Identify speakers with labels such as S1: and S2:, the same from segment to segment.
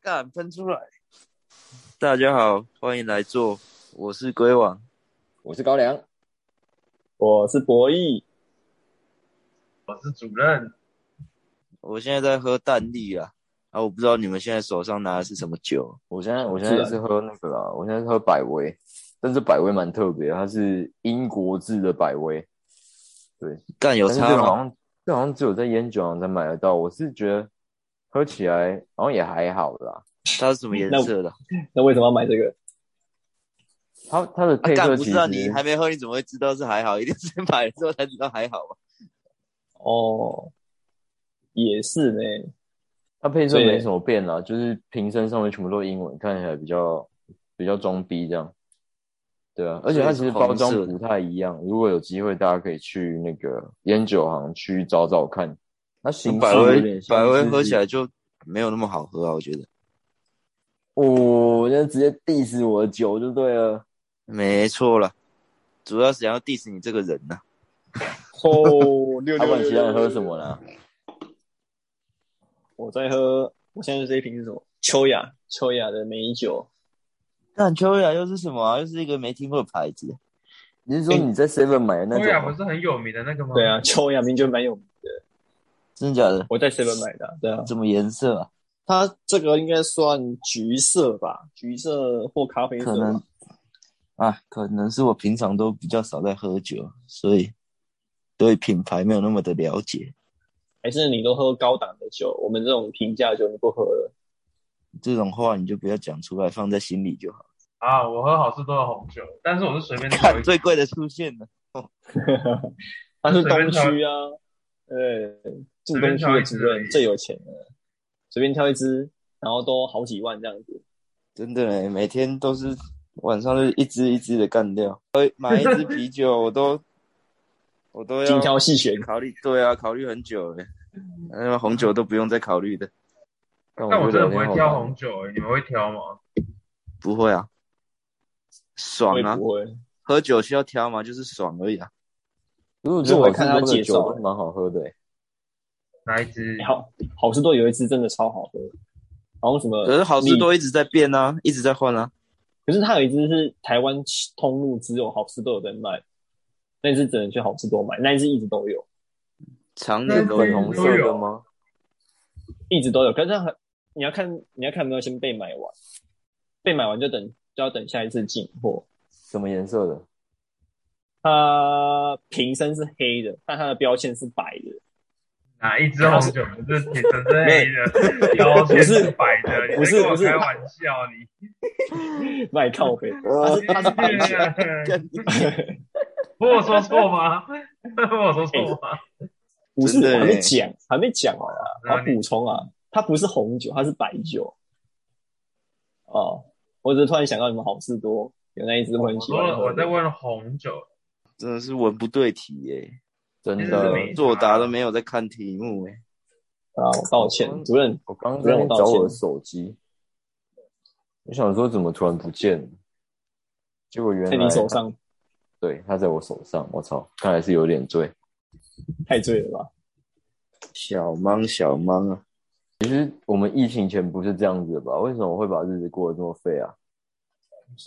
S1: 干喷出来。
S2: 大家好，欢迎来做，我是龟王。
S3: 我是高粱，
S4: 我是博弈，
S1: 我是主任，
S2: 我现在在喝蛋力啊，啊，我不知道你们现在手上拿的是什么酒。
S3: 我现在我现
S4: 自
S3: 在
S2: 啊
S4: 然
S3: 是喝那个啊啦，我现在是喝百威，但是百威蛮特别的，它是英国制的百威，
S2: 干有
S3: 但是
S2: 差
S3: 这个好
S2: 吗？
S3: 像这好像只有在烟酒行才买得到，我是觉得喝起来好像也还好啦。
S2: 它是什么颜色的？
S4: 那为什么要买这个？
S3: 它它的
S2: 啊，
S3: 配
S2: 干
S3: 色
S2: 不
S3: 其
S2: 知
S3: 实
S2: 道你还没喝，你怎么会知道是还好？一定 是买了之后才知道还好吧？
S4: 哦，也是呢，
S3: 它配色
S4: 对
S3: 没什么变啦，就是瓶身上面全部都是英文，看起来比较比较装逼这样。对啊，而且它其实包
S2: 所
S3: 装
S2: 以是红色
S3: 不太一样。如果有机会，大家可以去那个烟酒行去找找看。它形
S2: 百
S3: 式有
S2: 威
S3: 点像
S2: 百威
S3: 是
S2: 喝起来就没有那么好喝啊，我觉得。
S3: 哦，我就直接 diss 我的酒就对了。
S2: 没错啦，主要是想要 diss 你这个人呐、啊
S4: 哦，六
S3: 他
S4: 六
S3: 管
S4: 六
S3: 其他人
S4: 六，
S3: 喝什么啦？
S4: 我在喝，我现在这一瓶是什么？秋雅，秋雅的美酒，
S2: 但秋雅又是什么啊？又是一个没听过的牌子。
S3: 你是说你在 Seven 买的那
S1: 欧雅不
S3: 种？
S1: 是很有名的那个吗？
S4: 对啊，，秋雅名就蛮有名，
S2: 真的假的？
S4: 我在 seven 买的啊，对啊，
S2: 什么颜色啊？
S4: 它这个应该算橘色吧，橘色或咖啡
S2: 可
S4: 色
S2: 能
S4: 吧，
S2: 啊，可能是我平常都比较少在喝酒，所以对品牌没有那么的了解。
S4: 还是你都喝高档的酒，我们这种平价酒你不喝了。
S2: 这种话你就不要讲出来，放在心里就好。
S1: 啊，我喝好事多的红酒，但是我是随便挑
S2: 看
S1: 一个，
S2: 最贵的出现了，
S4: 他是东区啊，呃，住东区的主任最有钱的，随便挑一支，然后都好几万这样子。
S2: 真的嘞，每天都是晚上就一支一支的干掉。呃，买一支啤酒我都我都
S4: 精
S2: 要
S4: 挑细选，
S2: 考虑，对啊，考虑很久嘞。那红酒都不用再考虑的，
S3: 但
S1: 但我真的不会挑
S3: 酒。
S1: 红酒、欸，你们会挑吗？
S2: 不会啊，爽
S4: 会
S2: 啊！
S4: 不会？
S2: 喝酒需要挑吗？就是爽而已啊。
S3: 如果
S4: 是我
S3: 我看
S4: 看他
S3: 他的
S4: 介绍
S3: 酒都蛮好喝的欸，
S1: 哪一支？
S4: 好好事多有一支真的超好喝，好像什么，
S2: 可是好事多一直在变啊，一直在换啊。
S4: 可是它有一支是台湾通路只有好事多有在卖，那支只能去好事多买，那一支一直都有，
S2: 常
S1: 那
S2: 年
S1: 是
S2: 都
S3: 粉红色的吗？
S4: 一直都有。可是它很，你要看你要看有没有先被买完，被买完就等就要等下一次进货。
S3: 什么颜色的？
S4: 它瓶身是黑的，但它的标签是白的。
S1: 哪一支红 酒？不是铁橙真黑的，腰间是白的，你
S4: 不
S1: 在
S4: 是
S1: 跟我
S4: 不是
S1: 开玩笑你？
S4: 卖靠 背，
S2: 呃
S4: 它是白酒
S1: 不我说错吗？不我说
S4: 哎
S1: 错吗？
S4: 不是
S2: 真的耶嗯
S4: 还没讲，还没讲啊，我
S1: 然后
S4: 要
S1: 你
S4: 补充啊，它不是红酒，它是白酒。哦，我只是突然想到你们好事多有那一支我很
S1: 我
S4: 喜
S1: 说
S4: 欢
S1: 了，
S4: 喝
S1: 我
S4: 的
S1: 在问红酒，
S2: 真的是文不对题耶、呃
S3: 真
S1: 其实是
S3: 的，
S1: 没
S2: 作答都没有在看题目哎、
S4: 啊，我道歉，主任，
S3: 我刚刚在那边
S4: 不
S3: 找
S4: 让我道歉
S3: 我的手机，我想说怎么突然不见了，结果原
S4: 在
S3: 来
S4: 你手，上
S3: 对，它在我手上，我操，看来是有点醉。
S4: 太醉了吧？
S2: 小芒小芒啊，
S3: 其实我们疫情前不是这样子的吧？为什么会把日子过得这么废啊？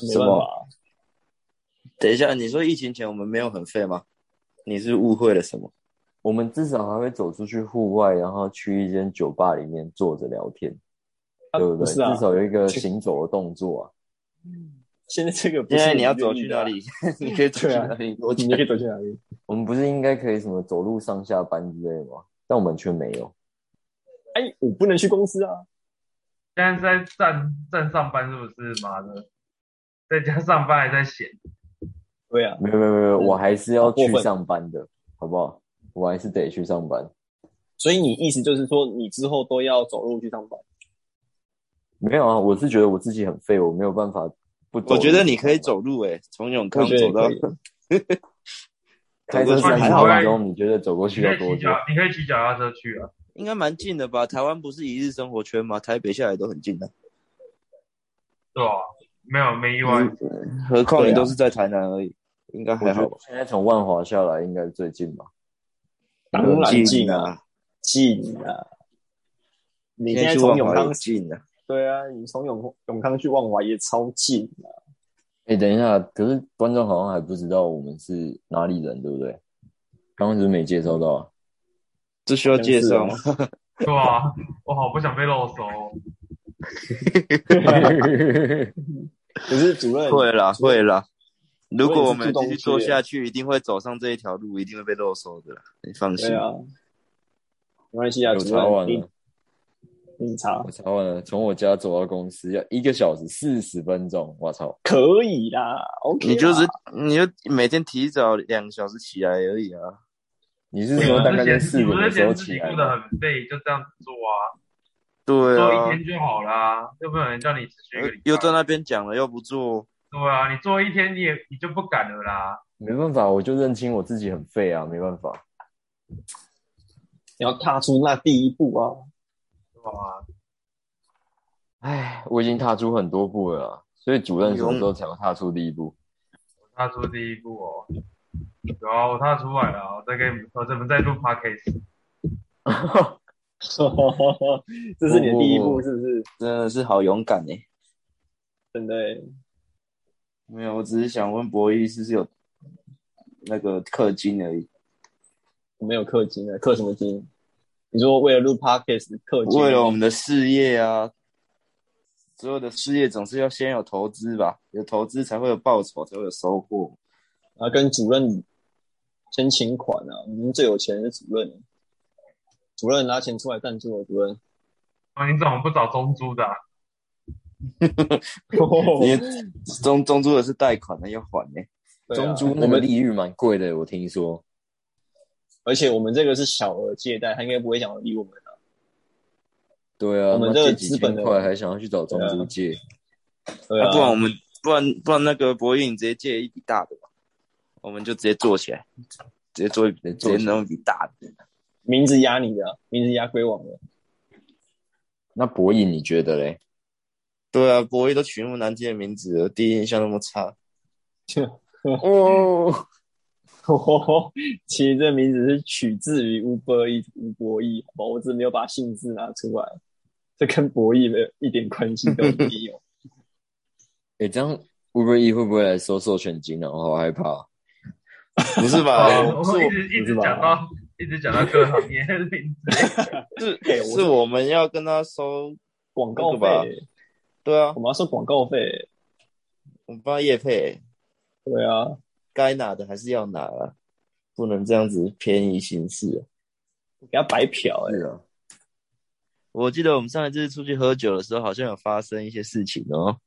S4: 没办法，
S2: 等一下，你说疫情前我们没有很废吗？你是误会了什么？
S3: 我们至少还会走出去户外，然后去一间酒吧里面坐着聊天，
S4: 啊
S3: 对不
S4: 不
S3: 对？
S4: 是啊
S3: 至，少有一个行走的动作啊。
S4: 现在这个不
S2: 现
S4: 是
S2: 在你要
S4: 愿
S2: 走
S4: 意
S2: 去
S4: 的
S2: 哪
S4: 啊？
S2: 里？ 你可以走去哪里？啊我
S4: 你可以走去哪里？
S3: 我们不是应该可以什么走路上下班之类的吗？但我们却没有。
S4: 哎，我不能去公司啊，
S1: 现在是在站站上班是不是？妈的，在家上班还在闲，
S4: 对啊，
S3: 没有没有没有，我还是要
S4: 好过
S3: 去
S4: 分
S3: 上班的，好不好？我还是得去上班。
S4: 所以你意思就是说，你之后都要走路去上班？
S3: 没有啊，我是觉得我自己很废，我没有办法不走路。
S2: 我觉得你可以走路哎、从永康
S4: 我觉得
S2: 走到
S4: 可以
S3: 开车
S2: 走过去
S3: 三十
S2: 还好吧
S3: 分钟，你觉得走过
S1: 你
S3: 去
S1: 可
S3: 要
S1: 以
S3: 多
S1: 骑
S3: 久？
S1: 脚，你可以骑脚踏车去啊。
S2: 应该蛮近的吧？台湾不是一日生活圈吗？台北下来都很近的、啊
S1: 对啊，没有没意外，
S2: 何况
S4: 对
S2: 你
S4: 啊
S2: 都是在台南而已，应该
S3: 我
S2: 还
S3: 觉
S2: 好
S3: 得
S2: 吧？
S3: 现在从万华下来应该最近吧？
S4: 当然近啊，！近啊！你
S2: 你
S4: 现
S2: 现在
S4: 在
S2: 去
S4: 从
S2: 万
S4: 永
S2: 华
S4: 康
S2: 有，近啊，
S4: 对啊，你从永永康去万华也超近啊。
S3: 哎、等一下，可是观众好像还不知道我们是哪里人，对不对？刚刚是不是没介绍 到啊？
S2: 这需要介绍吗？
S1: 对吧？我好不想被露手哦，
S4: 可是主任
S2: 会啦，会啦。如果我们
S4: 我
S2: 继
S4: 也
S2: 续
S4: 是住
S2: 做
S4: 东区耶
S2: 下去，一定会走上这一条路，一定会被漏收的啦。你放心
S4: 对，啊，没关系啊，
S3: 我
S4: 主
S3: 查完
S4: 任
S3: 了
S4: 你，你查
S3: 我查完了，从我家走到公司要一个小时四十分钟，我操！
S4: 可以啦，OK 啦。
S2: 你就是你就每天提早两个小时起来而已啊。
S3: 你是说大概在四
S1: 你
S3: 点
S1: 们
S3: 的
S1: 这
S3: 时候
S1: 件
S3: 起
S1: 事
S3: 来
S1: 情
S3: 吗
S1: 过得很废，就这样子做啊，
S2: 对
S1: 做
S2: 啊
S1: 一，天就好啦，又不能叫你持续一个礼拜。
S2: 又在那边讲了，又不做，
S1: 对啊，你做一天你也你就不敢了啦。
S3: 没办法，我就认清我自己很废啊，没办法。
S4: 你要踏出那第一步啊。
S1: 对吧？
S3: 唉，我已经踏出很多步了啦，所以主任什么时候才要踏出第一步？
S1: 我踏出第一步哦，有啊，我踏出来了，我再给你们，我怎么再录 podcast？
S4: 这是你的第一
S3: 不不
S4: 步，
S3: 不
S4: 是不是？
S2: 真的是好勇敢哎、
S4: 真的欸，
S2: 没有，我只是想问博弈是不是有那个氪金而已，
S4: 我没有氪金的，氪什么金？你说为了录 podcast 氪金？
S2: 为了我们的事业啊，所有的事业总是要先有投资吧，有投资才会有报酬，才会有收获。
S4: 啊，跟主任先请款啊！我们最有钱的是主任，主任拿钱出来赞助了，主任。
S1: 哦你怎么不找中珠的啊、
S3: 哦
S4: 哦
S2: 你中中租的是贷款的要还欸呢、
S4: 对啊
S3: 中珠那
S4: 我
S3: 个
S4: 们，
S3: 利率蛮贵的，我听说。
S4: 而且我们这个是小额借贷，他应该不会想要理我们啊。
S3: 对啊，
S4: 我们
S3: 那
S4: 这个
S3: 借几
S4: 资本
S3: 千
S4: 的啊
S3: 块还想要去找中珠借，
S4: 对啊，
S2: 不然我们不然不然那个博弈你直接借一笔大的吧，我们就直接做起来，直接做一笔直接弄一笔大的。
S4: 名字压你的啊、名字压龟王的。
S3: 那博弈你觉得嘞？
S2: 对啊，博弈都取那么难听的名字了，第一印象那么 差，
S3: 哦，
S4: 其实这名字是取自于吴伯义、吴伯义，好吧我只没有把姓字拿出来，这跟博弈没有一点关系都没有。
S3: 哎，这样 Uber E 会不会来收授权金啊？我好害怕。
S2: 不是吧？
S1: 哦，我
S2: 是
S1: 会一直一直讲到 一直讲到各行业的名字，
S2: 是
S4: 哎我
S2: 是我们要跟他收，
S4: 广告
S2: 那个吧
S4: 费，
S2: 对啊
S4: 我，们要收广告费，
S2: 我们帮他叶配，
S4: 对啊。
S2: 该拿的还是要拿啊，不能这样子便宜行事、啊。
S4: 给他白嫖哎、
S3: 是啊，
S2: 我记得我们上一次出去喝酒的时候，好像有发生一些事情哦。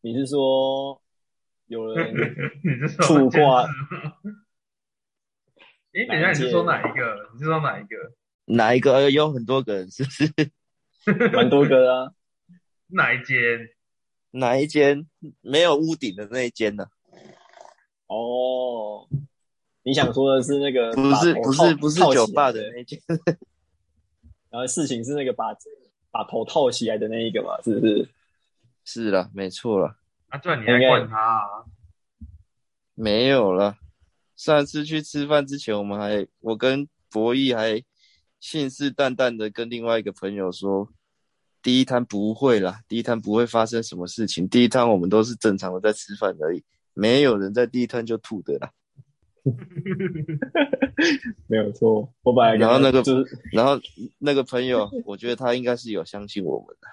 S4: 你是说有人
S1: 你是说
S4: 触
S3: 啊
S4: 挂？
S1: 哎，等一下，你是说哪一个？你是说哪一个？
S2: 哪一个？呃有很多个人，是不 是？
S4: 蛮多个的啊？
S1: 哪一间？
S2: 哪一间没有屋顶的那一间呢、
S4: 哦，你想说的是那个
S2: 不是，
S4: 把头
S2: 不
S4: 套
S2: 是，不是
S4: 套起来
S2: 酒吧的那一间。
S4: 然后事情是那个把把头套起来的那一个嘛，是不是？
S2: 是啦，没错啦，
S1: 啊，对啊，你还管他啊？
S2: 没有啦。上次去吃饭之前，我们还我跟博弈还信誓旦旦的跟另外一个朋友说，第一摊不会啦，第一摊不会发生什么事情，第一摊我们都是正常的在吃饭而已，没有人在第一摊就吐的啦。
S4: 没有错，我本来
S2: 然后那个
S4: 就是
S2: 然后那个朋友，我觉得他应该是有相信我们的，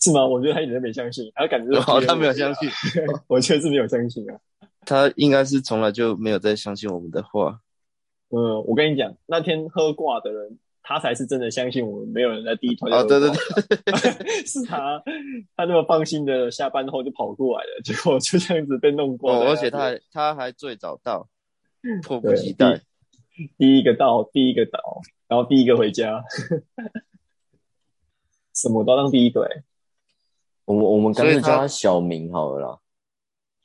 S4: 是吗？我觉得他一点都没相信，他感觉
S2: 然
S4: 到
S2: 后哦他没有相，信，
S4: 我觉得是没有相信啊。
S2: 他应该是从来就没有再相信我们的话。
S4: 嗯，我跟你讲，那天喝挂的人，他才是真的相信我们，没有人在第一团就
S2: 哦，对对
S4: 喝挂
S2: 对，
S4: 是他，他那么放心的下班后就跑过来了，结果就这样子被弄挂在那
S2: 哦，
S4: 边。
S2: 而且他还他还最早到，
S4: 嗯
S2: 迫不及待。
S4: 第一个到，第一个到，然后第一个回家， 什么都要当第一个、欸。
S3: 我们我们干脆
S2: 所以他
S3: 叫他小明好了啦。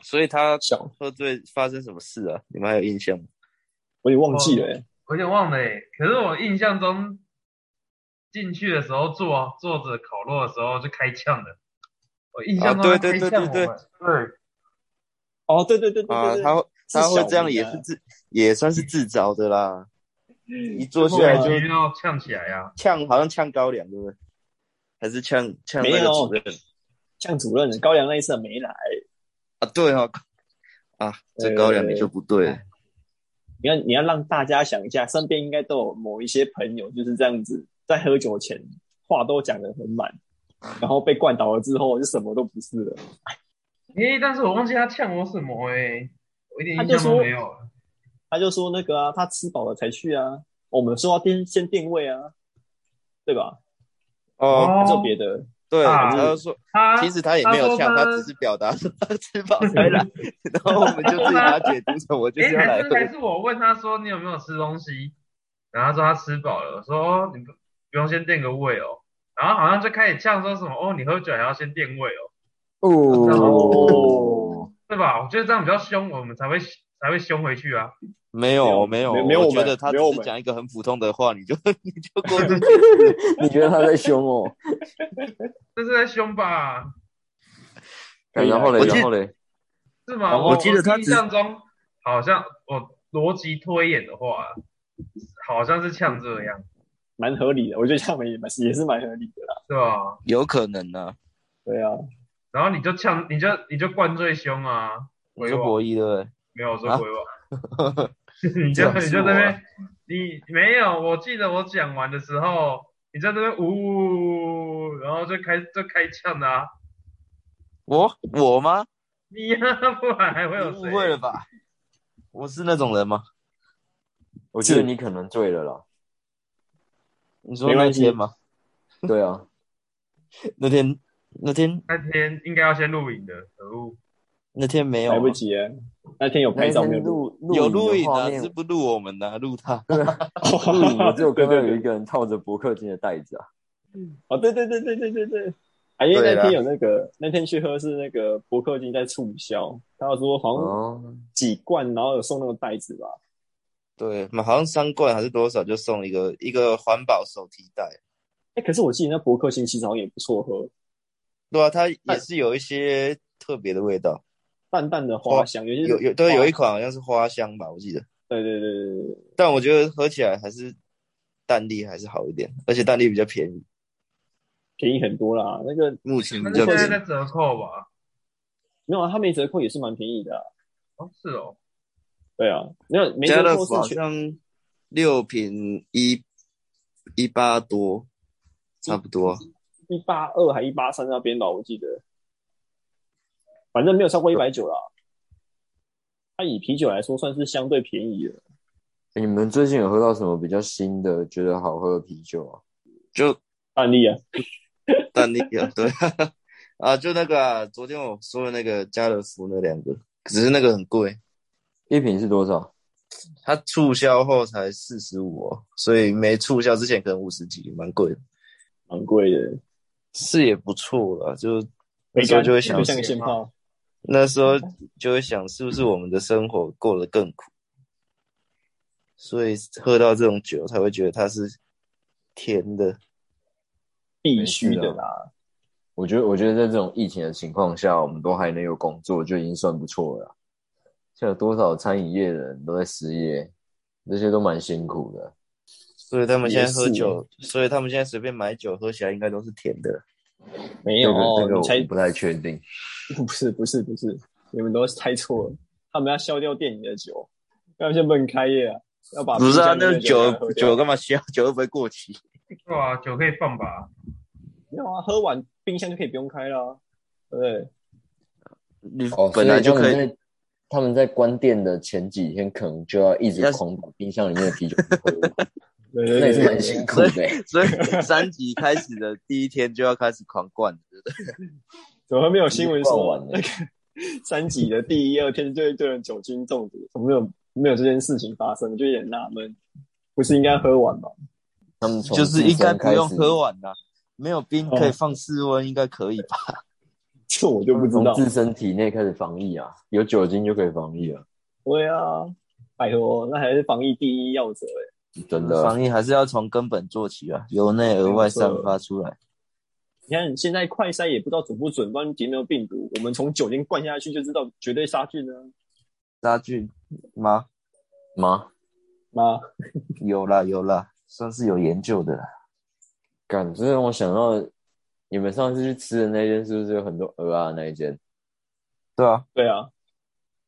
S2: 所以他
S4: 小，
S2: 喝醉发生什么事啊？你们还有印象吗？
S4: 我也忘记了、欸。
S1: 我有点忘了诶。可是我印象中进去的时候坐坐着烤肉的时候就开枪了。我印象中
S2: 啊
S1: 他
S2: 对对
S1: 开枪我
S2: 对对
S1: 们，对，
S4: 哦，对对对对
S2: 啊
S4: 对，对，
S2: 他
S4: 是
S2: 他会
S4: 小
S2: 这样
S4: 明
S2: 也
S4: 啊
S2: 是自也算是自找的啦。一坐
S4: 嗯
S1: 坐
S2: 下来
S1: 下
S2: 就
S1: 来就要呛起来呀、啊
S2: 呛，好像呛高粱，对不对？
S4: 没
S2: 那个
S4: 有
S2: 主任
S4: 像主任高阳那一次没来，
S2: 啊？对哦，啊，这
S4: 对
S2: 高粱你就
S4: 呃
S2: 不对了
S4: 你要你要让大家想一下，身边应该都有某一些朋友就是这样子，在喝酒前话都讲得很满，然后被灌倒了之后就什么都不是了。
S1: 诶、但是我忘记他呛我什么诶、我一点
S4: 他
S1: 印
S4: 就
S1: 象都
S4: 说
S1: 没有了。
S4: 他就说那个啊，他吃饱了才去啊，我们说要定先定位啊，对吧？
S2: 哦，
S4: 还是
S1: 哦
S4: 有，别的，
S2: 对，
S1: 啊
S2: 他就说，
S1: 他
S2: 其实他也没
S4: 啊
S2: 有呛，他
S1: 他说他
S2: 只是表达说他吃饱才来，然后我们就自己把它解读成我就
S1: 诶、
S2: 是要
S1: 还
S2: 来
S1: 是还
S2: 喝。
S1: 是我问他说你有没有吃东西，然后他说他吃饱了，我说哦你不不用先垫个胃哦，然后好像就开始呛说什么哦你喝酒还要先垫胃哦，
S4: 哦，
S1: 对吧？我觉得这样比较凶，我们才会才会凶回去啊。
S2: 没有没有，
S4: 没没有
S2: 我
S4: 我们
S2: 觉得他只
S4: 没有我
S2: 是
S4: 们
S2: 讲一个很普通的话，你就 你就 过去。
S3: 你觉得他在凶哦？
S1: 这是在凶吧？
S4: 可以啊
S3: 然后嘞
S2: 我，记
S3: 然后嘞，
S1: 是吗？
S4: 然后
S1: 我
S4: 我
S2: 哦记得他
S1: 印
S2: 只
S1: 象中好像我逻辑推演的话，好像是像这样，
S4: 蛮合理的，我觉得这样也蛮也是蛮合理的啦。
S1: 对吧？
S2: 有可能呢，
S4: 对啊，
S1: 然后你就呛，你就你就灌最凶啊！
S2: 我
S1: 鬼
S2: 说
S1: 王
S2: 博弈对不对？
S1: 没有我说
S2: 啊
S1: 鬼王， 你就
S2: 这样
S1: 你
S2: 是
S1: 就
S2: 我
S1: 这
S2: 啊
S1: 边，你没有？我记得我讲完的时候，你在这边呜，然后就开就开呛啊！
S2: 我我吗？
S1: 你呀、不然还会有
S2: 你
S1: 谁？啊
S2: 误会了吧？我是那种人吗？
S3: 我觉得
S4: 是
S3: 你可能醉了啦。
S2: 你说
S4: 没
S2: 那
S4: 关系
S2: 天吗？
S3: 对 啊，
S2: 那天那天
S1: 那天应该要先录影的，可恶！
S2: 那天没有
S4: 来不
S2: 啊，
S4: 及了。那天有拍照没有录？
S3: 录
S2: 有
S3: 录
S2: 录
S3: 影
S2: 影
S3: 的画
S2: 啊，
S3: 面
S2: 是不录我们的啊，录他。
S3: 录影， 我只有看到
S4: 对对
S3: 有
S4: 对
S3: 一个人套着伯克金的袋子啊。
S4: 哦，对对对对对对对，啊，因
S2: 对
S4: 为
S2: 啦
S4: 那天有那个那天去喝是那个伯克金在促销，他说好像
S3: 哦，
S4: 几罐，然后有送那个袋子吧，
S2: 对，好像三罐还是多少就送一个一个环保手提袋。
S4: 哎、可是我记得那伯克星其实好像也不错喝，
S2: 对啊，它也是有一些特别的味道，
S4: 淡淡的花香，有些
S2: 有有对，
S4: 花
S2: 有一款好像是花香吧，我记得。
S4: 对对对对对，
S2: 但我觉得喝起来还是蛋力还是好一点，而且蛋力比较便宜，
S4: 便宜很多啦。那个
S2: 目前
S1: 那
S2: 比
S1: 现
S2: 较便
S1: 在
S2: 宜
S1: 在。折扣吧？
S4: 没有啊，他没折扣也是蛮便宜的啊、
S1: 哦，是哦。
S4: 对啊，没有没
S2: 家
S4: 折
S2: 乐
S4: 扣
S2: 福好
S4: 是全
S2: 像六瓶一一八多，差不多。
S4: 一八二还一八三那边吧，我记得，反正没有超过一百九啦。它以啤酒来说算是相对便宜的。
S3: 诶你们最近有喝到什么比较新的、觉得好喝的啤酒啊？
S2: 就
S4: 案例啊，
S2: 蛋力啊，对啊，就那个啊，昨天我说的那个家乐福那两个，只是那个很贵，
S3: 一瓶是多少？
S2: 它促销后才四十五，哦所以没促销之前可能五十几，蛮贵的，
S4: 蛮贵的，
S2: 是也不错啦，就那
S4: 没
S2: 时候
S4: 干
S2: 就会
S4: 不
S2: 想，
S4: 像个现泡。
S2: 那时候就会想，是不是我们的生活过得更苦，所以喝到这种酒才会觉得它是甜的。
S4: 必须
S3: 没
S4: 的
S3: 事
S2: 啊
S4: 啦。
S3: 我觉得，我觉得在这种疫情的情况下，我们都还能有工作，就已经算不错了啦。现在有多少餐饮业的人都在失业，这些都蛮辛苦的。
S2: 所以他们现在喝
S4: 也是
S2: 酒，所以他们现在随便买酒喝起来应该都是甜的。
S4: 没
S3: 这
S4: 有哦
S3: 个，这个
S4: 你才
S3: 我不太确定。
S4: 不是不是不是，你们都是猜错了。他们要消掉店里的酒，要先闷开业啊，要把
S2: 不是啊，
S4: 冰箱里
S2: 那
S4: 面的
S2: 酒
S4: 给它喝掉
S2: 酒干嘛需要？ 酒会不会过期？
S1: 对啊，酒可以放吧？
S4: 没有啊，喝完冰箱就可以不用开了啊、对不对？
S2: 你
S3: 哦，
S2: 本来就可
S3: 所以
S2: 以。
S3: 他们在他们在关店的前几天，可能就要一直
S2: 要
S3: 狂把冰箱里面的啤酒喝完，
S4: 对
S3: 那
S4: 对
S3: 也是
S4: 对
S3: 蛮辛苦的欸。
S2: 所以三级开始的第一天就要开始狂灌，对不对？
S4: 怎么会没有新闻
S3: 逛
S4: 说
S3: 完了
S4: 那个 三级的第一二天就一堆人酒精中毒？怎么没有没有这件事情发生？就有点纳闷，不是应该喝完吗？
S3: 他们从
S2: 就是应该不用喝
S3: 完，
S2: 完啦，没有冰可以放室温，应该可以吧？
S4: 这我就不知
S3: 从
S4: 道。
S3: 自身体内开始防疫啊，有酒精就可以防疫了，
S4: 对啊，拜托，那还是防疫第一要则欸
S3: 真的。
S2: 防疫还是要从根本做起啊，由内而外散发出来。
S4: 你看现在快筛也不知道准不准，不然有没有病毒，我们从酒精灌下去就知道绝对杀菌啊。
S2: 杀菌吗？
S3: 吗？
S4: 妈，
S2: 有啦有啦，算是有研究的啦。
S3: 感，这让我想到你们上次去吃的那间是不是有很多鹅啊？那一间，
S2: 对啊，
S4: 对啊，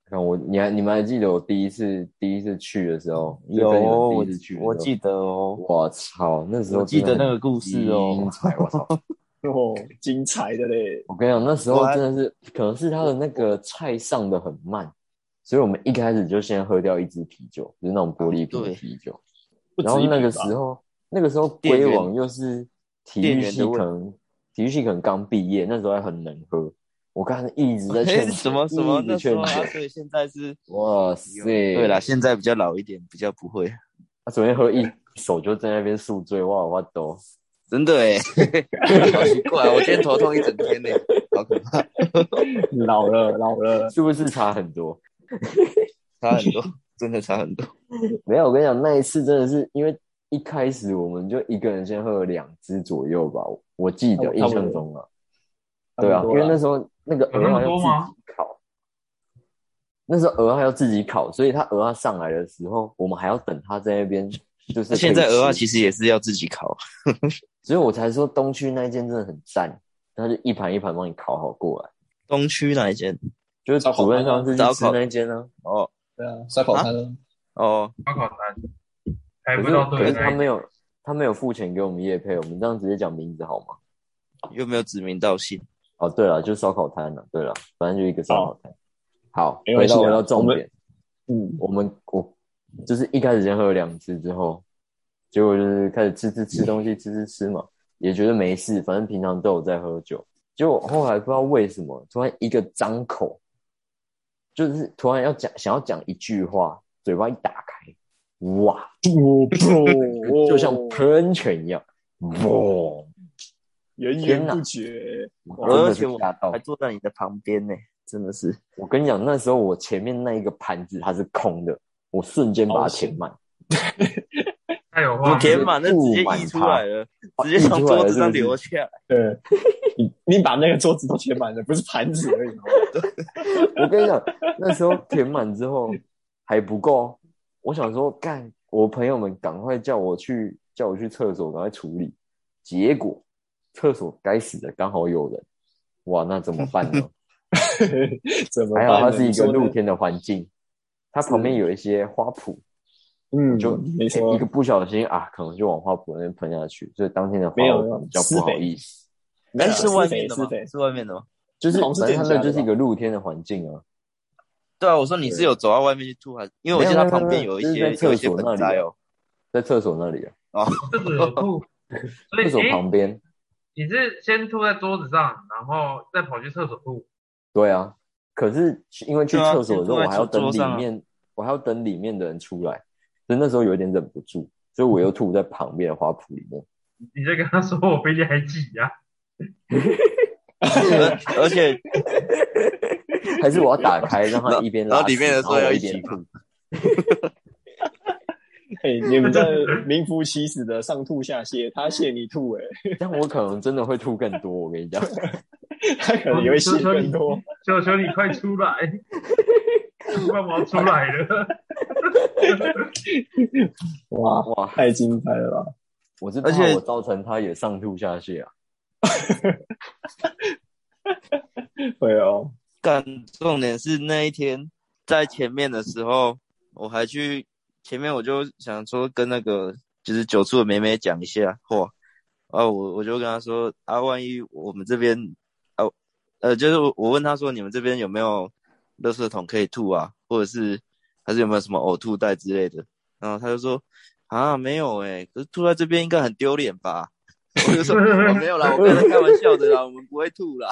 S3: 看我，你还你们还记得我第一次第一次去的时候，就
S2: 有
S3: 跟你们第一
S2: 我
S3: 次去的时候
S2: 我记得哦，
S3: 我操，那时候
S2: 我记得
S3: 真的
S2: 那
S3: 很
S2: 个故事哦
S3: 精彩，我操！
S4: 哦，精彩的嘞，
S3: 我跟你讲，那时候
S2: 我还
S3: 真的是，可能是他的那个菜上的很慢，所以我们一开始就先喝掉一支啤酒，就是那种玻璃瓶的
S2: 对
S3: 啤酒。
S4: 不止
S3: 然后
S4: 一
S3: 那
S4: 瓶
S3: 个
S4: 吧
S3: 时候，那个时候
S2: 店
S3: 龟
S2: 员
S3: 王又是体
S2: 店
S3: 育
S2: 员
S3: 系，
S2: 的问
S3: 可能体育系可能刚毕业，那时候还很能喝。我刚才一直 在
S2: 哎
S3: 劝，
S2: 什么什么
S3: 一直
S2: 那时
S3: 劝
S2: 候啊，
S3: 酒。
S2: 对，现在是，
S3: 哇塞！
S2: 对啦，现在比较老一点，比较不会，
S3: 他昨天喝一手就在那边宿醉，哇哇抖。
S2: 真的哎， 好奇怪，啊 我今天头痛一整天呢，好可怕，
S4: 老了老了，
S3: 是不是差很多？
S2: 差很 多，真的差很多，
S3: 没有，我跟你讲，那一次真的是因为一开始我们就一个人先喝了两支左右吧，我我记
S4: 差
S3: 得
S4: 不
S3: 印
S4: 多
S3: 象中啊，
S4: 差不
S3: 对啊，因
S4: 多
S3: 为
S4: 啦
S3: 那时候那个
S1: 有那
S3: 鹅
S1: 么
S3: 还要
S1: 多
S3: 自
S1: 吗
S3: 己烤，那时候鹅还要自己烤，所以它鹅啊上来的时候，我们还要等它在那边，就是可
S2: 那
S3: 以
S2: 现在鹅啊
S3: 吃
S2: 其实也是要自己烤，啊
S3: 所以我才说东区那一间真的很赞，它就一盘一盘帮你烤好过来，
S2: 东区那一间，
S3: 就是
S4: 烧烤
S3: 主任
S4: 摊啊
S3: 上次去
S2: 烧
S3: 吃
S2: 烤
S3: 那一间呢、
S2: 哦
S4: 对啊，烧烤摊啊
S2: 哦，
S1: 烧烤摊排
S3: 可
S1: 不
S3: 是
S1: 到
S3: 可
S1: 队
S3: 是
S1: 的
S3: 他
S1: 那一
S3: 没有他没有付钱给我们业配，我们这样直接讲名字好吗？
S2: 又没有指名道姓，
S3: 哦，对了，就烧烤摊了。对了，反正就一个烧烤摊。好，
S4: 没
S3: 回
S4: 关系啊
S3: 到回到重点，
S4: 嗯，
S3: 我们我就是一开始先喝了两支之后，结果就是开始吃吃吃东西，吃吃吃嘛，也觉得没事，反正平常都有在喝酒。结果后来不知道为什么，突然一个张口，就是突然要讲想要讲一句话，嘴巴一打开，哇，
S4: 哦
S3: 就像喷泉一样，哇！
S4: 源源
S3: 天哪
S4: 不绝，
S3: 我真
S2: 而
S3: 的
S2: 且
S3: 是
S2: 我
S3: 吓到
S2: 还。坐在你的旁边呢，真的是，
S3: 我跟你讲，那时候我前面那一个盘子它是空的，我瞬间把它填满，
S1: 太有
S2: 我
S1: 画面
S2: 天
S1: 了，
S2: 嘛，那直接溢出来了，
S3: 它
S2: 直接从桌子上流啊下来，
S4: 对，你你把那个桌子都填满了，不是盘子而已哦，
S3: 我跟你讲，那时候填满之后还不够，我想说干，我朋友们赶快叫我去叫我去厕所，赶快处理。结果厕所该死的刚好有人，哇，那怎么办 呢？
S4: 怎么
S3: 还
S4: 办
S3: 好
S4: 呢？
S3: 它是一
S4: 你说
S3: 个
S4: 呢
S3: 露，天的环境，它旁边有一些花圃，
S4: 嗯，
S3: 就
S4: 没
S3: 一
S4: 错
S3: 个，不小心啊，可能就往花圃那边喷下去，所以当天的花
S4: 没有
S3: 我可能比较
S4: 施
S3: 不好
S4: 肥
S3: 意思。
S4: 没有
S2: 哎是外面的
S4: 施
S2: 吗
S4: 肥？
S2: 是外面的吗？
S3: 就是
S4: 好像是
S3: 反正它
S4: 店
S3: 那
S4: 家的
S3: 就是一
S4: 吧
S3: 个露天的环境啊，
S2: 对啊，我说你是有走到外面去吐还是？因为我见它旁边有一
S3: 没有没有
S2: 些
S3: 没有就是在
S2: 有一些
S3: 厕所那
S2: 盆
S3: 里
S2: 栽哦，
S3: 在厕所那里啊，
S1: 这个有吐，所
S3: 厕所
S1: 以诶
S3: 旁边。
S1: 你是先吐在桌子上，然后再跑去厕所吐，
S3: 对啊，可是去因为去
S2: 对啊
S3: 厕所的时
S2: 就
S3: 候，
S2: 坐在
S3: 我还要等
S2: 桌
S3: 里
S2: 上啊
S3: 面，我还要等里面的人出来，所以那时候有点忍不住，所以我又吐在旁边的花圃里 面。
S1: 你就跟他说我比你还挤啊呀、
S2: 啊 而而且
S3: 还是我要打开，让他一边
S2: 然
S3: 拉
S2: 后 里面的说
S3: 屎然后我
S2: 要
S3: 一
S2: 一起
S3: 边
S2: 吐
S3: 吐。
S4: 哎，你们这名副其实的上吐下泻，他泻你吐，哎，
S3: 但我可能真的会吐更多，我跟你 讲，
S4: 他可能也会泻更多，
S1: 求求你快出来， 突然我要出来了，
S4: 哇，
S3: 哇！
S4: 太精彩了吧！
S3: 我是
S2: 而且
S3: 怕我造成他也上吐下泻啊。
S4: 对哦，
S2: 干，重点是那一天在前面的时候，我还去前面我就想说跟那个就是九处的妹妹讲一下话，啊，我我就跟她说啊，万一我们这边啊，呃，就是我我问她说你们这边有没有垃圾桶可以吐啊，或者是还是有没有什么呕吐袋之类的，然后她就说啊没有诶、可是吐在这边应该很丢脸吧。我就说、哦、没有啦，我跟她开玩笑的啦，我们不会吐啦。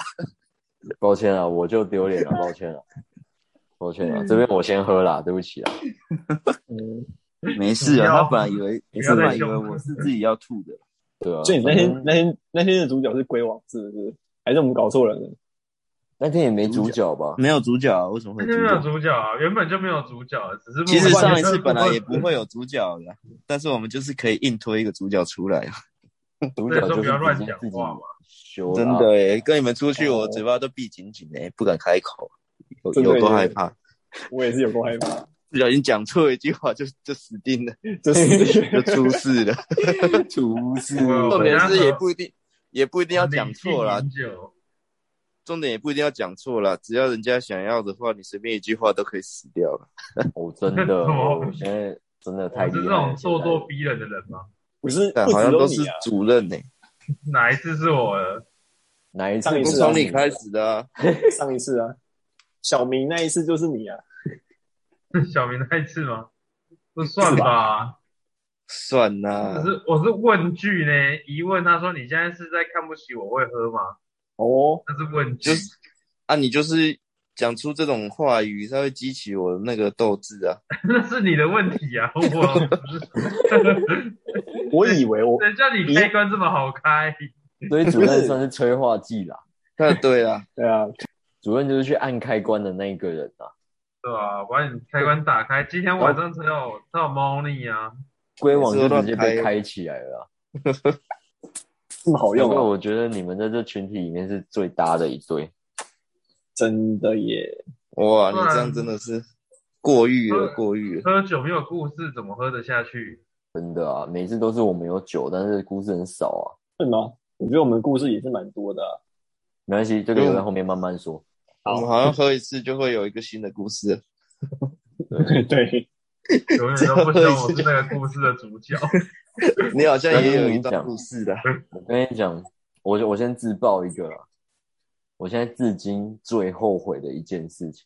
S3: 抱歉啊，我就 丢脸了，抱歉啊，抱歉
S2: 嗯
S3: 啊，这边我先喝啦，对不起啊。
S4: 嗯，
S2: 没事
S1: 不
S2: 啊，他
S1: 要
S2: 本来以为，
S1: 不
S2: 你
S1: 要
S2: 是
S1: 再
S2: 本来以
S1: 凶
S2: 为我是自己要吐的，
S3: 对啊，
S4: 所以你那
S3: 反
S4: 天
S3: 正
S4: 那天那天的主角是龟王，是不是？还是我们搞错人了？
S3: 那天也没主角吧？
S2: 没有主角啊，为什么会
S1: 今
S2: 有
S1: 天没有
S2: 主角？
S1: 主角啊，原本就没有主角，啊只是
S2: 其实上一次
S1: 不
S2: 本来也不会有主角的，啊但是我们就是可以硬推一个主角出来。啊
S3: 主
S1: 对
S3: 角就
S1: 说
S3: 是
S1: 不要乱
S3: 直接
S1: 讲
S3: 自己
S1: 话嘛
S3: 修啊
S2: 真
S3: 啦
S2: 的诶，跟你们出去，
S4: 哦
S2: 我嘴巴都闭紧紧诶，不敢开口，有
S4: 真的
S2: 有多
S4: 耶
S2: 害怕？
S4: 我也是有够害怕，
S2: 不小心讲错一句话就就死 定了，
S4: 这 是
S2: 就出事了。
S3: 厨师
S1: 我
S2: 重点
S1: 那时
S2: 是
S1: 候
S2: 也不一定，也不一定要讲
S1: 理性
S2: 错啦
S1: 饮，酒，
S2: 重点也不一定要讲错啦，只要人家想要的话，你随便一句话都可以死掉了。
S3: 哦，真
S1: 怎
S3: 的，
S1: 么
S3: 我现在真的太
S1: 我
S3: 厉害
S1: 是
S3: 了。
S1: 这种
S3: 现
S1: 咄
S3: 在
S1: 咄逼人的人吗？
S4: 不是
S2: 但
S4: 不
S2: 好
S4: 只
S2: 像
S4: 有
S2: 都
S4: 你
S2: 是
S4: 啊，
S2: 主任呢、
S1: 哪一次是我的？
S3: 哪一次
S4: 上一
S2: 都
S3: 不
S4: 次
S3: 是
S4: 啊
S2: 从你
S3: 的
S2: 开始的啊，
S4: 上一次啊，小明那一次就是你啊，
S1: 是小明那一次 吗？不算吧，
S2: 算
S1: 只
S2: 啦，
S1: 是我是问句呢，疑问他说你现在是在看不起我会喝吗？
S4: 哦，
S1: 那是问句
S2: 就，是啊，你就是讲出这种话语，才会激起我的那个斗志啊。
S1: 那是你的问 题啊，我不是。
S4: 我以为我
S1: 人家你开关这么好开，
S3: 所以主任算是 催化剂啦。
S2: 那对啊，
S4: 对啊，
S3: 主任就是去按开关的那一个人啊。
S1: 对吧、我把你开关打开，今天晚上才有才有 Money 啊，
S3: 龟网就直接被开起来了啊。
S4: 这么好
S3: 因
S4: 用
S3: 为
S4: 啊，
S3: 我觉得你们在这群体里面是最搭的一对。
S4: 真的耶，
S2: 哇，你
S1: 对啊
S2: 这样真的是过誉了
S1: 对，
S2: 过誉了。
S1: 喝酒没有故事怎么喝得下去？
S3: 真的啊，每次都是我们有酒，但是故事很少啊。
S4: 对吗？哦我觉得我们故事也是蛮多的啊、
S3: 没关系，这个留在后面慢慢说。
S4: 好
S2: 我们好像喝一次就会有一个新的故事了。
S4: 对，
S1: 永远都不希望我是那个故事的 主角。
S2: 你好像也有一
S3: 那你讲
S2: 段故事的啊，
S3: 我跟你讲，我就我先自爆一个啦。我现在至今最后悔的一件事情，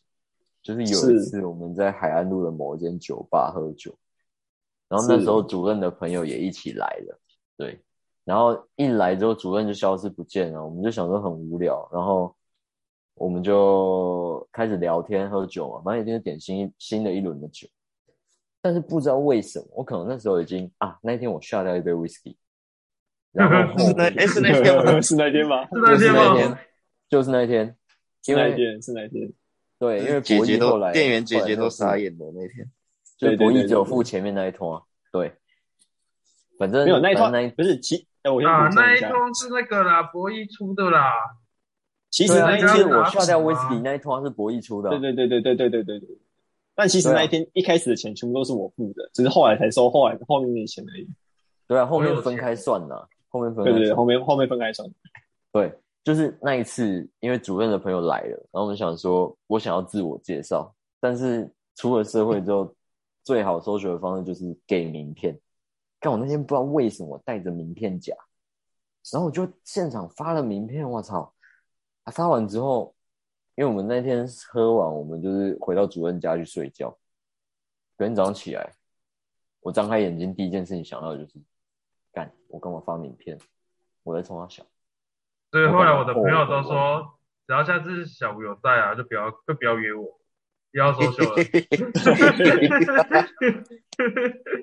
S3: 就是有一
S4: 是
S3: 次我们在海岸路的某一间酒吧喝酒，然后那
S4: 是
S3: 时候主任的朋友也一起来了，对，然后一来之后主任就消失不见了，我们就想说很无聊，然后我们就开始聊天喝酒嘛，反正一定是点新新的一轮的酒，但是不知道为什么，我可能那时候已经啊，那一天我下掉一杯 whisky，然后后
S2: 是 那哎是那天吗？
S4: 是那天吗？
S1: 是那
S3: 就是
S1: 天
S3: 那
S1: 吗？
S3: 天，就是那一天，
S4: 是
S3: 因
S4: 那
S3: 为
S4: 天，是那天，
S3: 对，因为
S2: 姐
S3: 博
S2: 姐
S3: 弈
S2: 都
S3: 后来
S2: 店员姐姐都傻
S3: 眼，
S2: 眼了那天。
S3: 就是博
S4: 对对
S3: 弈
S4: 对
S3: 只有
S4: 对
S3: 付前面那一通啊，对，反正
S4: 没有那一
S3: 反正
S4: 趟
S3: 那一，
S4: 不是其，哎，我先
S1: 啊
S4: 补，充
S1: 那
S4: 一
S1: 一
S4: 下，
S1: 通是那个啦，博弈出的啦，
S4: 其实
S3: 对
S4: 那
S3: 啊，
S4: 一
S3: 就
S1: 天
S3: 是
S4: 天
S3: 我下掉
S1: 拿
S3: 威
S1: 什
S3: 士
S1: 么啊
S3: 忌那一通啊是博弈出的啊，
S4: 对对对对对对对对对。但其实
S3: 对啊
S4: 那一天一开始的钱全部都是我付的，只是后来才收后来后面的钱而已。
S3: 对啊，后
S1: 我
S3: 面
S1: 有
S3: 分
S1: 钱
S3: 开算啦，后面分
S4: 对
S3: 开
S4: 对对，
S3: 算
S4: 后面后面分开算。
S3: 对，就是那一次，因为主任的朋友来了，然后我们想说，我想要自我介绍，但是出了社会之后，最好搜寻的方式就是给名片。但我那天不知道为什么带着名片夹，然后我就现场发了名片，我操！啊，发完之后，因为我们那天喝完，我们就是回到主任家去睡觉。隔天早上起来，我张开眼睛第一件事情想到的就是，干，我干嘛发名片？我在冲他笑。
S1: 所以后来
S3: 我
S1: 我的朋友都说，只要下次小吴有在啊，就不要就不要约我，不要收秀了。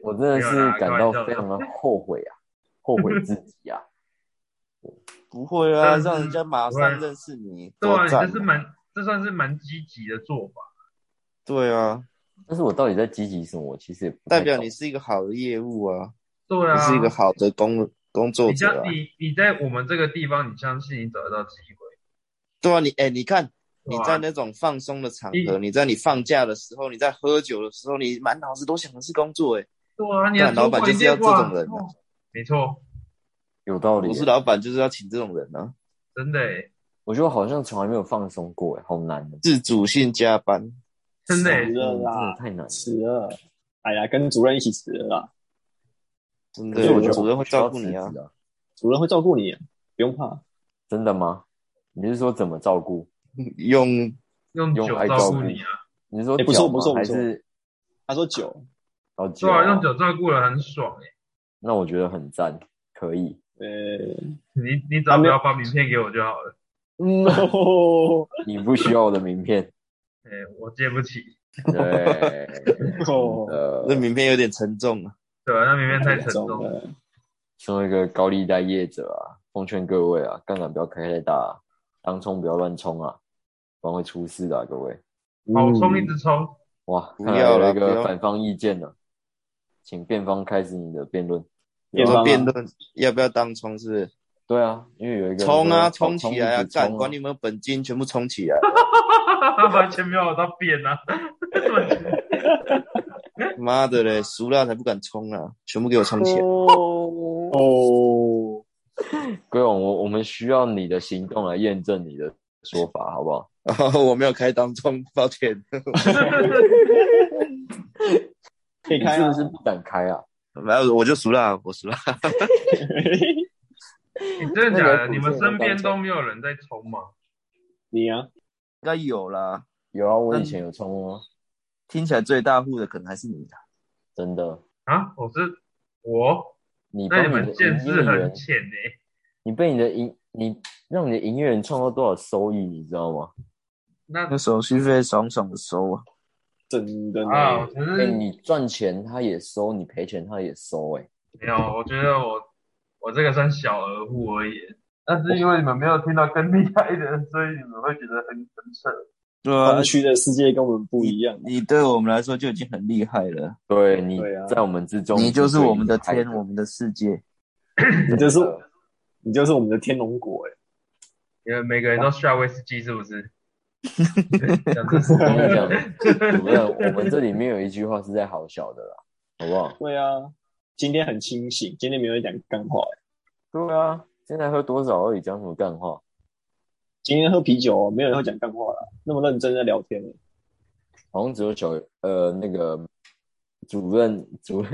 S3: 我真的是感到非常的后悔 啊，后悔自己啊。
S2: 不会啊，
S1: 但是
S2: 让人家马上认识你，
S1: 对啊，
S2: 多
S1: 你
S2: 赞
S1: 这是蛮这算是蛮积极的做法。
S2: 对啊，
S3: 但是我到底在积极什么？我其实也不太
S2: 代表
S3: 懂
S2: 你是一个好的业务啊，
S1: 对啊，
S2: 你是一个好的工工作
S1: 你
S2: 者
S1: 像
S2: 啊。
S1: 你你在我们这个地方，你相信你找得到机会，
S2: 对啊，你哎，你看
S1: 对
S2: 你
S3: 啊
S1: 吧
S2: 在那种放松的场合，
S3: 嗯
S1: 你
S2: 你在你放假的时候，你在喝酒的时候，你满脑子都想的是工作哎。
S1: 对啊，你的
S2: 干老
S1: 主
S2: 板
S1: 管一
S2: 就是要
S1: 定哇
S2: 这种人啊
S1: 没错，
S3: 有道理啊
S2: 我是
S3: 耶。
S2: 老板，就是要请这种人啊，
S1: 真的欸
S3: 我觉得好像从来没有放松过，哎，好难哦。
S2: 自主性加班。
S1: 真的
S4: 是
S1: 欸
S4: 啊
S3: 嗯真的
S4: 啦
S3: 太难了。
S4: 迟了，哎呀，跟主任一起迟了啊啦，
S2: 真
S3: 可
S2: 的，
S3: 是我觉得
S2: 主任
S3: 我
S2: 会
S3: 不需要
S2: 照顾你
S3: 辞
S2: 啊。
S3: 职啊。
S4: 主任会照顾你，啊不用怕。
S3: 真的吗？你是说怎么照顾？
S2: 用
S1: 用
S3: 用
S1: 酒
S3: 爱
S1: 照
S3: 照
S1: 顾
S3: 顾
S1: 你啊，
S3: 你是说
S4: 哎不错
S3: 脚吗
S4: 不错
S3: 还
S4: 不错
S3: 是
S4: 他说九，
S3: 哦
S1: 对啊，用
S3: 脚？
S1: 酒照顾人很爽哎。
S3: 那我觉得很赞，可以。
S4: 呃，
S1: 你你只要不要发名片给我就好了，
S4: 嗯，哦
S3: 你不需要我的名 片。
S1: 哎，我接不起，
S3: 对，
S4: 哦，
S3: 呃
S2: 那，名片有点沉重啊。
S1: 对啊，那名片太沉
S4: 重
S1: 重了。
S4: 了，
S3: 身为一个高利贷业者啊，奉劝各位啊，杠杆不要开太大、啊，当冲不要乱冲啊，不然会出事的、啊，各位。
S1: 好冲
S2: 嗯
S1: 一直冲，
S3: 哇，
S2: 不
S3: 看来
S2: 要
S3: 有
S2: 啦
S3: 一
S2: 不
S3: 个
S2: 要
S3: 反方意见了，请辩方开始你的辩论。
S2: 你
S4: 辩
S2: 说
S4: 方
S2: 辩
S4: 啊，
S2: 论要不要当冲是不是？
S3: 对啊，因为有一个人
S2: 冲啊，
S3: 说
S2: 冲起来啊！
S3: 一直冲
S2: 干，管你有没有本金，全部冲起来！啊
S1: 完全没有到变啊，
S2: 妈的嘞，熟了才不敢冲啊！全部给我冲起来！
S4: 哦，
S3: 龟王，我我们需要你的行动来验证你的说法，好不好？
S2: 然后 我没有开当中，抱歉，
S4: 可以
S3: 你
S4: 开
S3: 是
S4: 啊
S3: 不是不敢开啊？
S2: 没有我就熟了，我熟了。
S1: 你真的假的？
S3: 那个
S1: 你们身边都没有人在冲吗？
S4: 你啊，
S2: 应该有啦，
S3: 有啊，我以前有冲啊，
S2: 听起来最大户的可能还是你啊。
S3: 真的。
S1: 啊，我是我，
S3: 你帮
S1: 那你
S3: 你
S1: 们
S3: 的
S1: 见
S3: 营业
S1: 识很
S3: 员，
S1: 浅欸诶、
S3: 你被你的营，你让你的营业员创造多少收益，你知道吗？
S1: 那
S2: 那手续费爽爽的收啊，
S4: 真的呢
S1: 啊，我只
S3: 哎、
S1: 是
S3: 你赚钱他也收，你赔钱他也收、哎，
S1: 没有，我觉得我我这个算小额户而已。但是因为你们没有听到更厉害的人，所以你们会觉得很很扯。
S2: 对啊
S4: 东，区的世界跟我们不一样。
S2: 你对我们来说就已经很厉害了，
S3: 对你
S4: 对啊
S3: 在我们之中，
S2: 你就是我们的
S3: 最厉
S2: 天，
S3: 害
S2: 我们的世界。
S4: 你就是你就是我们的天龙国哎、
S1: 你们每个人都需要威士忌是不 是？讲这是
S3: 我跟你讲，怎么样？我们这里面有一句话是在好笑的啦，好不好？
S4: 对啊，今天很清醒，今天没有人讲干话、欸。
S3: 对啊，现在喝多少而已，讲什么干话？
S4: 今天喝啤酒、没有人会讲干话啦，那么认真在聊天、欸。
S3: 好像只有小呃那个主任主任，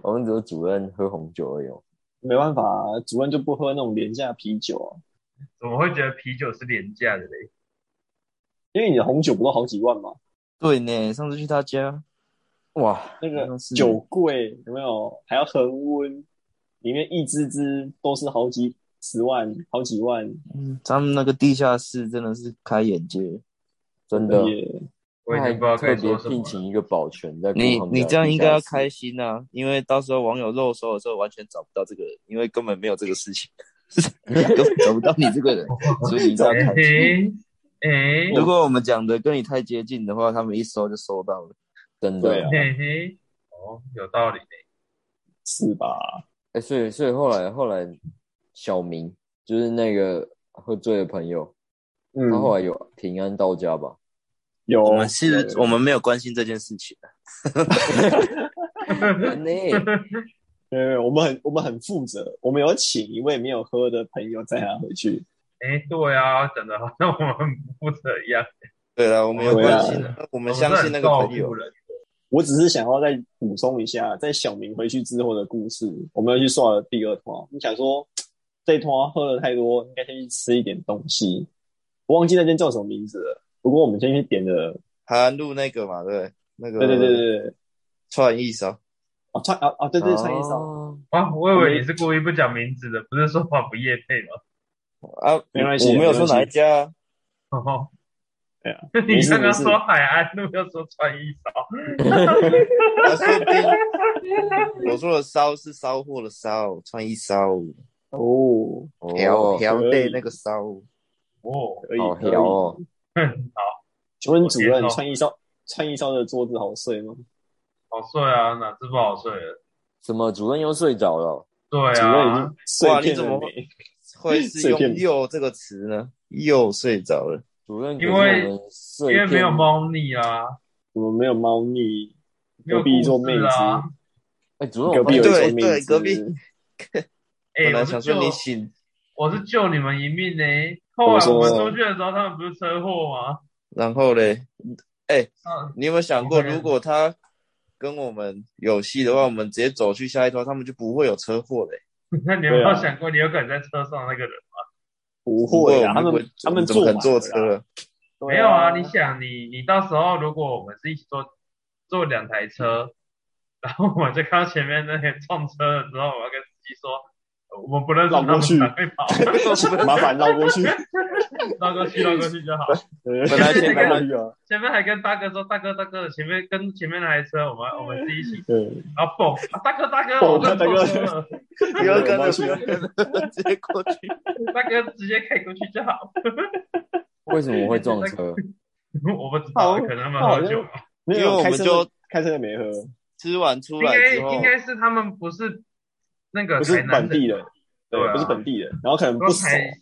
S3: 好像只有主任喝红酒而已、哦。
S4: 没办法、啊，主任就不喝那种廉价啤酒啊，
S1: 怎么会觉得啤酒是廉价的嘞？
S4: 因为你的红酒不都好几万嘛？
S2: 对呢，上次去他家，
S3: 哇，
S4: 那
S2: 好
S4: 个
S2: 像是
S4: 酒柜有没有还要恒温，里面一支支都是好几十万、好几万
S2: 嗯，他们那个地下室真的是开眼界。
S3: 真的，
S4: 耶！
S1: 我已
S3: 还
S1: 经不知道
S3: 特
S1: 该
S3: 别
S1: 说什么
S3: 聘
S1: 了。
S3: 请一个保全在顾
S2: 你
S3: 他们
S2: 你
S3: 家
S2: 这样
S3: 地
S2: 应
S3: 下
S2: 该要
S3: 室
S2: 开心啊，因为到时候网友肉搜的时候完全找不到这个人，因为根本没有这个事情， 根本找不到你这个 人，所以你一定要开心。
S1: 哎哦哎
S2: 如果我们讲的跟你太接近的话，他们一搜就搜到了。
S3: 真的
S4: 对啊，
S1: 嘿嘿，哦，有道理嘞。
S4: 是吧？
S3: 哎、所以所以后来后来小明就是那个喝醉的朋友，
S4: 嗯
S3: 他后来有平安到家吧？
S4: 有
S2: 我们是，
S4: 有
S2: 我们没有关心这件事情。啊
S1: 嗯
S3: 那
S4: 对对，对我们很我们很负责，我们有请一位没有喝的朋友载他回去。
S1: 哎，对啊，讲的好像我们不啊负责一样，
S2: 对了，我们有
S4: 对啊
S2: 关心的，我
S1: 我
S2: 们相信那个朋友。
S1: 人。
S4: 我只是想要再补充一下，在小明回去之后的故事，我们要去刷了第二团。你想说这一团喝了太多，应该先去吃一点东西。我忘记那间叫什么名字了，不过我们先去点了。
S2: 海岸路那个嘛，对不对，那个
S4: 啊对对对对对，
S2: 串意烧，
S4: 哦川啊啊对对川一烧，
S3: 哦
S1: 啊，我以为你是故意不讲名字的，不是说好不夜配吗？
S2: 啊，
S4: 没关系
S2: 我没有说
S4: 没关系
S2: 哪一家啊，
S1: 哦，
S2: 哎
S4: 对啊，没
S1: 你
S4: 事
S1: 刚
S4: 没
S1: 刚
S4: 事，
S1: 说海岸路，又说穿衣裳，
S2: 啊说不定我说的烧是骚货的骚，串意烧，
S4: 哦，
S2: 条
S3: 哦，
S2: 条
S4: 可以
S2: 对那个烧，
S1: 哦，
S4: 可以
S3: 好
S4: 可
S3: 屌
S4: 以。
S3: 哦！
S1: 哼，好
S4: 请问主
S1: 我接
S4: 任
S1: 受
S4: 川一烧川一烧的桌子好睡吗？
S1: 好睡啊，哪只不好睡了？
S3: 什么主任又睡着了？
S1: 对
S4: 主任已
S1: 啊
S4: 经，睡
S2: 哇你
S4: 片
S2: 怎
S4: 了
S2: 么
S4: 没？
S2: 会是
S4: 碎片
S2: 用“又”这个词呢？又睡着了，
S3: 主任
S1: 因
S3: 可
S1: 为
S3: 是我们
S1: 因
S3: 碎
S1: 为
S3: 片
S1: 没有猫腻啊，
S4: 我们没有猫腻，
S1: 没有
S4: 隔壁一座
S1: 故
S4: 妹
S1: 事
S4: 子，
S1: 啊。
S3: 哎、主任
S4: 隔
S3: 我发
S4: 壁
S3: 现
S2: 哦对
S4: 有一座妹
S2: 对
S4: 子，
S2: 隔壁
S1: 哎，
S2: 本来
S1: 我是
S2: 想说
S1: 救
S2: 你醒，
S1: 我是救你们一命呢。后来我们出去的时候，他们不是车祸吗？
S2: 然后嘞，
S1: 嗯，
S2: 你有没有想过，
S1: 我看看
S2: 如果他跟我们有戏的话，我们直接走去下一头，他们就不会有车祸嘞。
S1: 那你有没有
S4: 对啊
S1: 想过，你有可能在车上那个人？
S4: 不
S2: 不会
S4: 会啊，他
S2: 我
S4: 们他们
S2: 怎么可能坐
S4: 坐
S2: 车 了？
S4: 啊对
S1: 没有啊，你想你你到时候如果我们是一起坐坐两台车， 然后我就看到前面那些撞车了之后，我要跟司机说，呃我们不认识他
S4: 绕过
S1: 们
S4: 去
S1: 才会 跑，
S4: 麻烦绕 过去，
S1: 绕过去绕过去就好。
S4: 本
S2: 来前面
S4: 绕过去啊，
S1: 前面还跟大哥说，大哥大哥，前面跟前面那台车，我们我们是一起，
S4: 对，
S1: 然后嘣，啊大哥大哥，
S4: 蹦
S1: 我们
S4: 大哥
S1: 撞车了，
S2: 不要跟了，不要跟了，直接过去。
S1: 大哥直接开过去就好。
S3: 为什么会撞车？
S1: 我不知道，
S4: 好
S1: 可能他们喝酒吧，
S4: 没有
S2: 因为我们
S4: 开车
S2: 就
S4: 开车的没喝，
S2: 吃完出
S1: 应
S2: 来
S1: 该
S2: 之后
S1: 应，该是他们不是那个
S4: 不是
S1: 台南
S4: 本地人，
S1: 对啊
S4: 不是本地人，然后可能
S1: 不
S4: 不
S1: 知
S4: 熟
S1: 道，台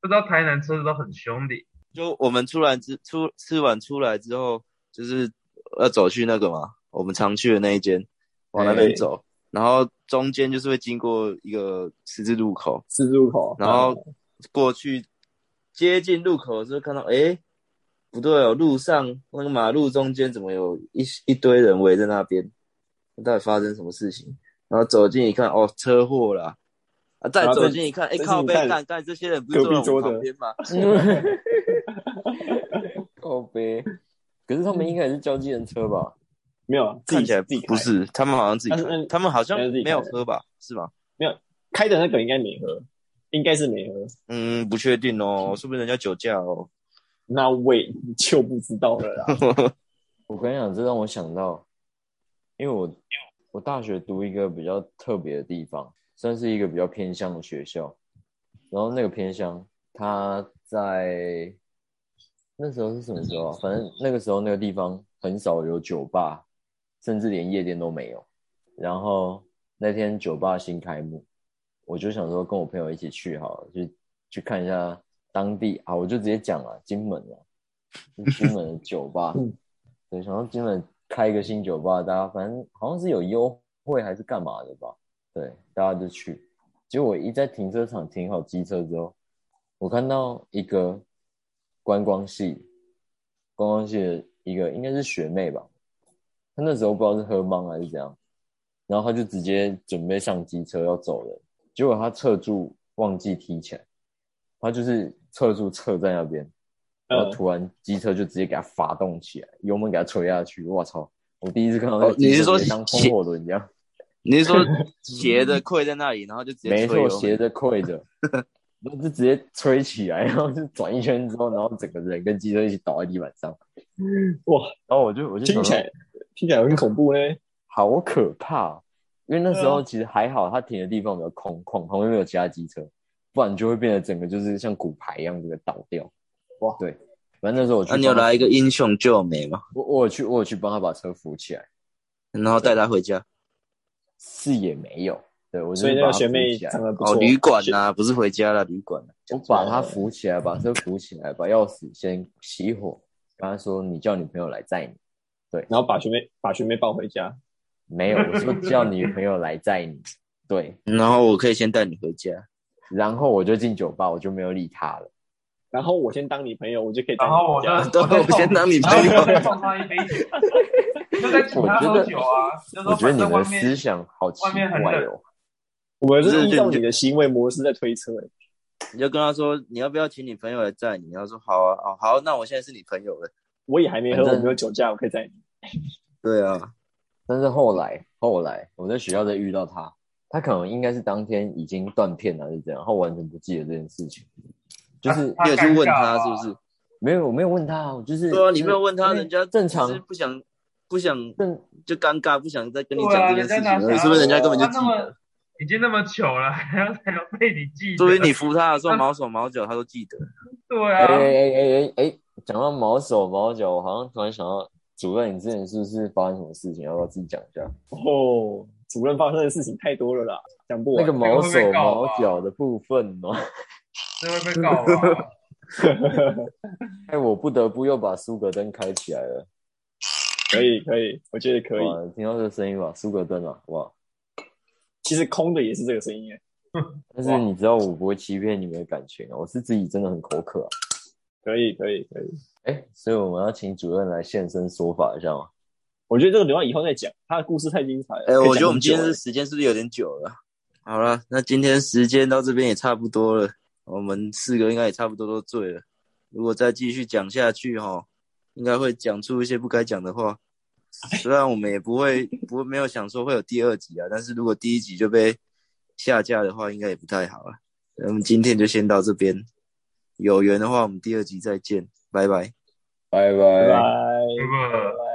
S1: 不知道台南车子都很凶的。
S2: 就我们出来之出吃完出来之后，就是要走去那个嘛，我们常去的那一间，往那边走。
S4: 哎
S2: 然后中间就是会经过一个十字路口，
S4: 十字路口，啊
S2: 然后过去接近路口的时候看到，哎，不对哦，路上那个马路中间怎么有一一堆人围在那边？到底发生什么事情？然后走近一看，哦，车祸啦！啊，再
S4: 然后
S2: 走
S4: 再
S2: 近一看，哎，
S4: 再
S2: 靠
S4: 近一
S2: 背
S4: 看
S2: 干干，这些人不是
S4: 隔
S2: 坐在我
S4: 壁桌
S2: 们
S4: 的
S2: 旁边吗？
S3: 靠呗。可是他们应该也是交计程车吧？
S4: 没有自
S2: 看
S4: 己
S2: 起来
S4: 自己
S2: 不
S4: 开，
S2: 是，他们好像自己
S4: 但是那
S2: 开，他们好像
S4: 但是自己
S2: 没有
S4: 开的
S2: 喝吧？是吗？
S4: 开的那个应该没喝，应该是没喝，
S2: 嗯，不确定哦，说不定人家酒驾哦。
S4: 那我也就不知道了啦。
S3: 我跟你讲，这让我想到，因为我我大学读一个比较特别的地方，算是一个比较偏乡的学校。然后那个偏乡，它在那时候是什么时候啊？反正那个时候那个地方很少有酒吧，甚至连夜店都没有。然后那天酒吧新开幕，我就想说跟我朋友一起去好了，就去看一下当地啊，我就直接讲了金门啊，是金门的酒吧。对，想要今晚开一个新酒吧，大家反正好像是有优惠还是干嘛的吧？对，大家就去。结果我一在停车场停好机车之后，我看到一个观光系，观光系的一个应该是学妹吧，她那时候不知道是喝懵还是怎样，然后她就直接准备上机车要走人，结果她侧柱忘记提起来，她就是侧柱侧在那边，然后
S4: 嗯
S3: 突然机车就直接给她发动起来，油门给她吹下去，我操！我第一次看到那
S2: 哦
S3: 个机
S2: 你是
S3: 车
S2: 说
S3: 直接当
S2: 斜
S3: 风火轮一样。
S2: 你 是说斜的跪在那里，然后就直接
S3: 没
S2: 吹油
S3: 错，
S4: 哦
S2: 门
S3: 斜着跪 着，然后就直接吹起来，然后就转一圈之后，然后整个人跟机车一起倒在地板上。
S4: 哇，
S3: 然后我就我就
S4: 听
S3: 想
S4: 起
S3: 说，
S4: 来听起来很恐怖嘞，
S3: 好可怕哦、因为那时
S4: 对
S3: 候其实还好，他停的地方比较空旷，旁边没有其他机车，不然就会变得整个就是像骨牌一样这个倒掉。
S4: 哇
S3: 对，反正那时候我
S2: 那
S3: 去帮
S2: 你
S3: 他，
S2: 有来一个英雄救美吗？
S3: 我我有去我有去帮他把车扶起来，
S2: 然后带他回家
S3: 是也没有。对，我就
S4: 所以
S3: 是
S4: 那
S3: 把
S4: 个
S3: 他
S4: 学
S3: 扶
S4: 妹
S3: 起来
S4: 长得不
S2: 哦，
S4: 错，
S2: 旅馆呐、不是回家了，旅馆啊啦
S3: 我把他扶起来，把车扶起来，把钥匙先熄火，跟他说：“你叫女朋友来载你。
S4: 然后把学妹把学妹抱回家，”
S3: 没有，我说叫女朋友来载你。对，
S2: 然后我可以先带你回家。
S3: 然后我就进酒吧，我就没有理他了。
S4: 然后我先当你朋友，我就可以带
S1: 然
S4: 你
S1: 后我
S4: 回
S1: 就
S4: 家。
S2: 对，我先当你
S1: 然
S2: 朋
S1: 后
S2: 友
S1: 我。就送他一杯酒，就在请他喝酒啊，就
S3: 我觉得
S1: 说反
S3: 你们
S1: 正外
S3: 的
S1: 面
S3: 思想好奇
S1: 外面很
S3: 怪
S1: 冷
S3: 哦。
S4: 我们
S2: 不
S4: 是
S2: 是
S4: 依照
S2: 就
S4: 你的行为模式在推车、欸，
S2: 你就跟他说，你要不要请你朋友来载你？然后说好啊，哦好，那我现在是你朋友了。
S4: 我也还没
S3: 反
S4: 喝，我
S3: 正
S4: 没有酒驾，我可以载你。
S2: 对啊，
S3: 但是后来，后来我在学校再遇到他，他可能应该是当天已经断片了，还是怎样？他完全不记得这件事情。就是
S1: 他
S2: 你有去问
S1: 尴
S2: 他
S1: 尬吧
S2: 是不是？
S3: 没有，我没有问他，我就是
S2: 对啊，你没有问他，
S3: 因为
S2: 人家
S3: 正
S2: 只啊是
S3: 常
S2: 不想不想
S3: 正
S2: 就尴尬，不想再跟你
S1: 对
S2: 讲这
S1: 啊，
S2: 件
S1: 人
S2: 事
S1: 家
S2: 情
S1: 哪
S2: 了，
S1: 想啊
S2: 是不是？人家根本就
S1: 他
S2: 记
S1: 那
S2: 得
S1: 么。已经那么糗了，还要还要被你记得
S2: 所以？ 你扶他的时候毛手毛脚，他都记得。
S1: 对
S3: 哎
S1: 啊，
S3: 哎哎哎哎，讲到毛手毛脚，我好像突然想到，主任，你之前是不是发生什么事情？要不要自己讲一下？
S4: 哦，主任发生的事情太多了啦，讲不完。
S3: 那个毛
S1: 这个会
S3: 手
S1: 被告
S3: 毛
S1: 吧
S3: 脚的部分哦，
S1: 这会被告啊吧？
S3: 哎，我不得不又把苏格登开起来了。
S4: 可以可以，我觉得可以。
S3: 哇，听到这个声音吧，苏格登啊，哇！
S4: 其实空的也是这个声音、欸，
S3: 但是你知道我不会欺骗你们的感情啊，我是自己真的很口渴啊。
S4: 可以可以可以。
S3: 哎，所以我们要请主任来现身说法一下吗？
S4: 我觉得这个留到以后再讲，他的故事太精彩了。
S2: 哎、
S4: 可以
S2: 我觉
S4: 讲
S2: 得我们
S4: 很久
S2: 今天
S4: 欸
S2: 是时间是不是有点久了？好了，那今天时间到这边也差不多了，我们四个应该也差不多都醉了。如果再继续讲下去哈，应该会讲出一些不该讲的话。
S4: 哎
S2: 虽然我们也不 会不会没有想说会有第二集啊，但是如果第一集就被下架的话，应该也不太好啊。那我们今天就先到这边，有缘的话我们第二集再见，拜拜。
S3: 拜拜
S4: 拜拜。
S1: 这个
S4: 拜拜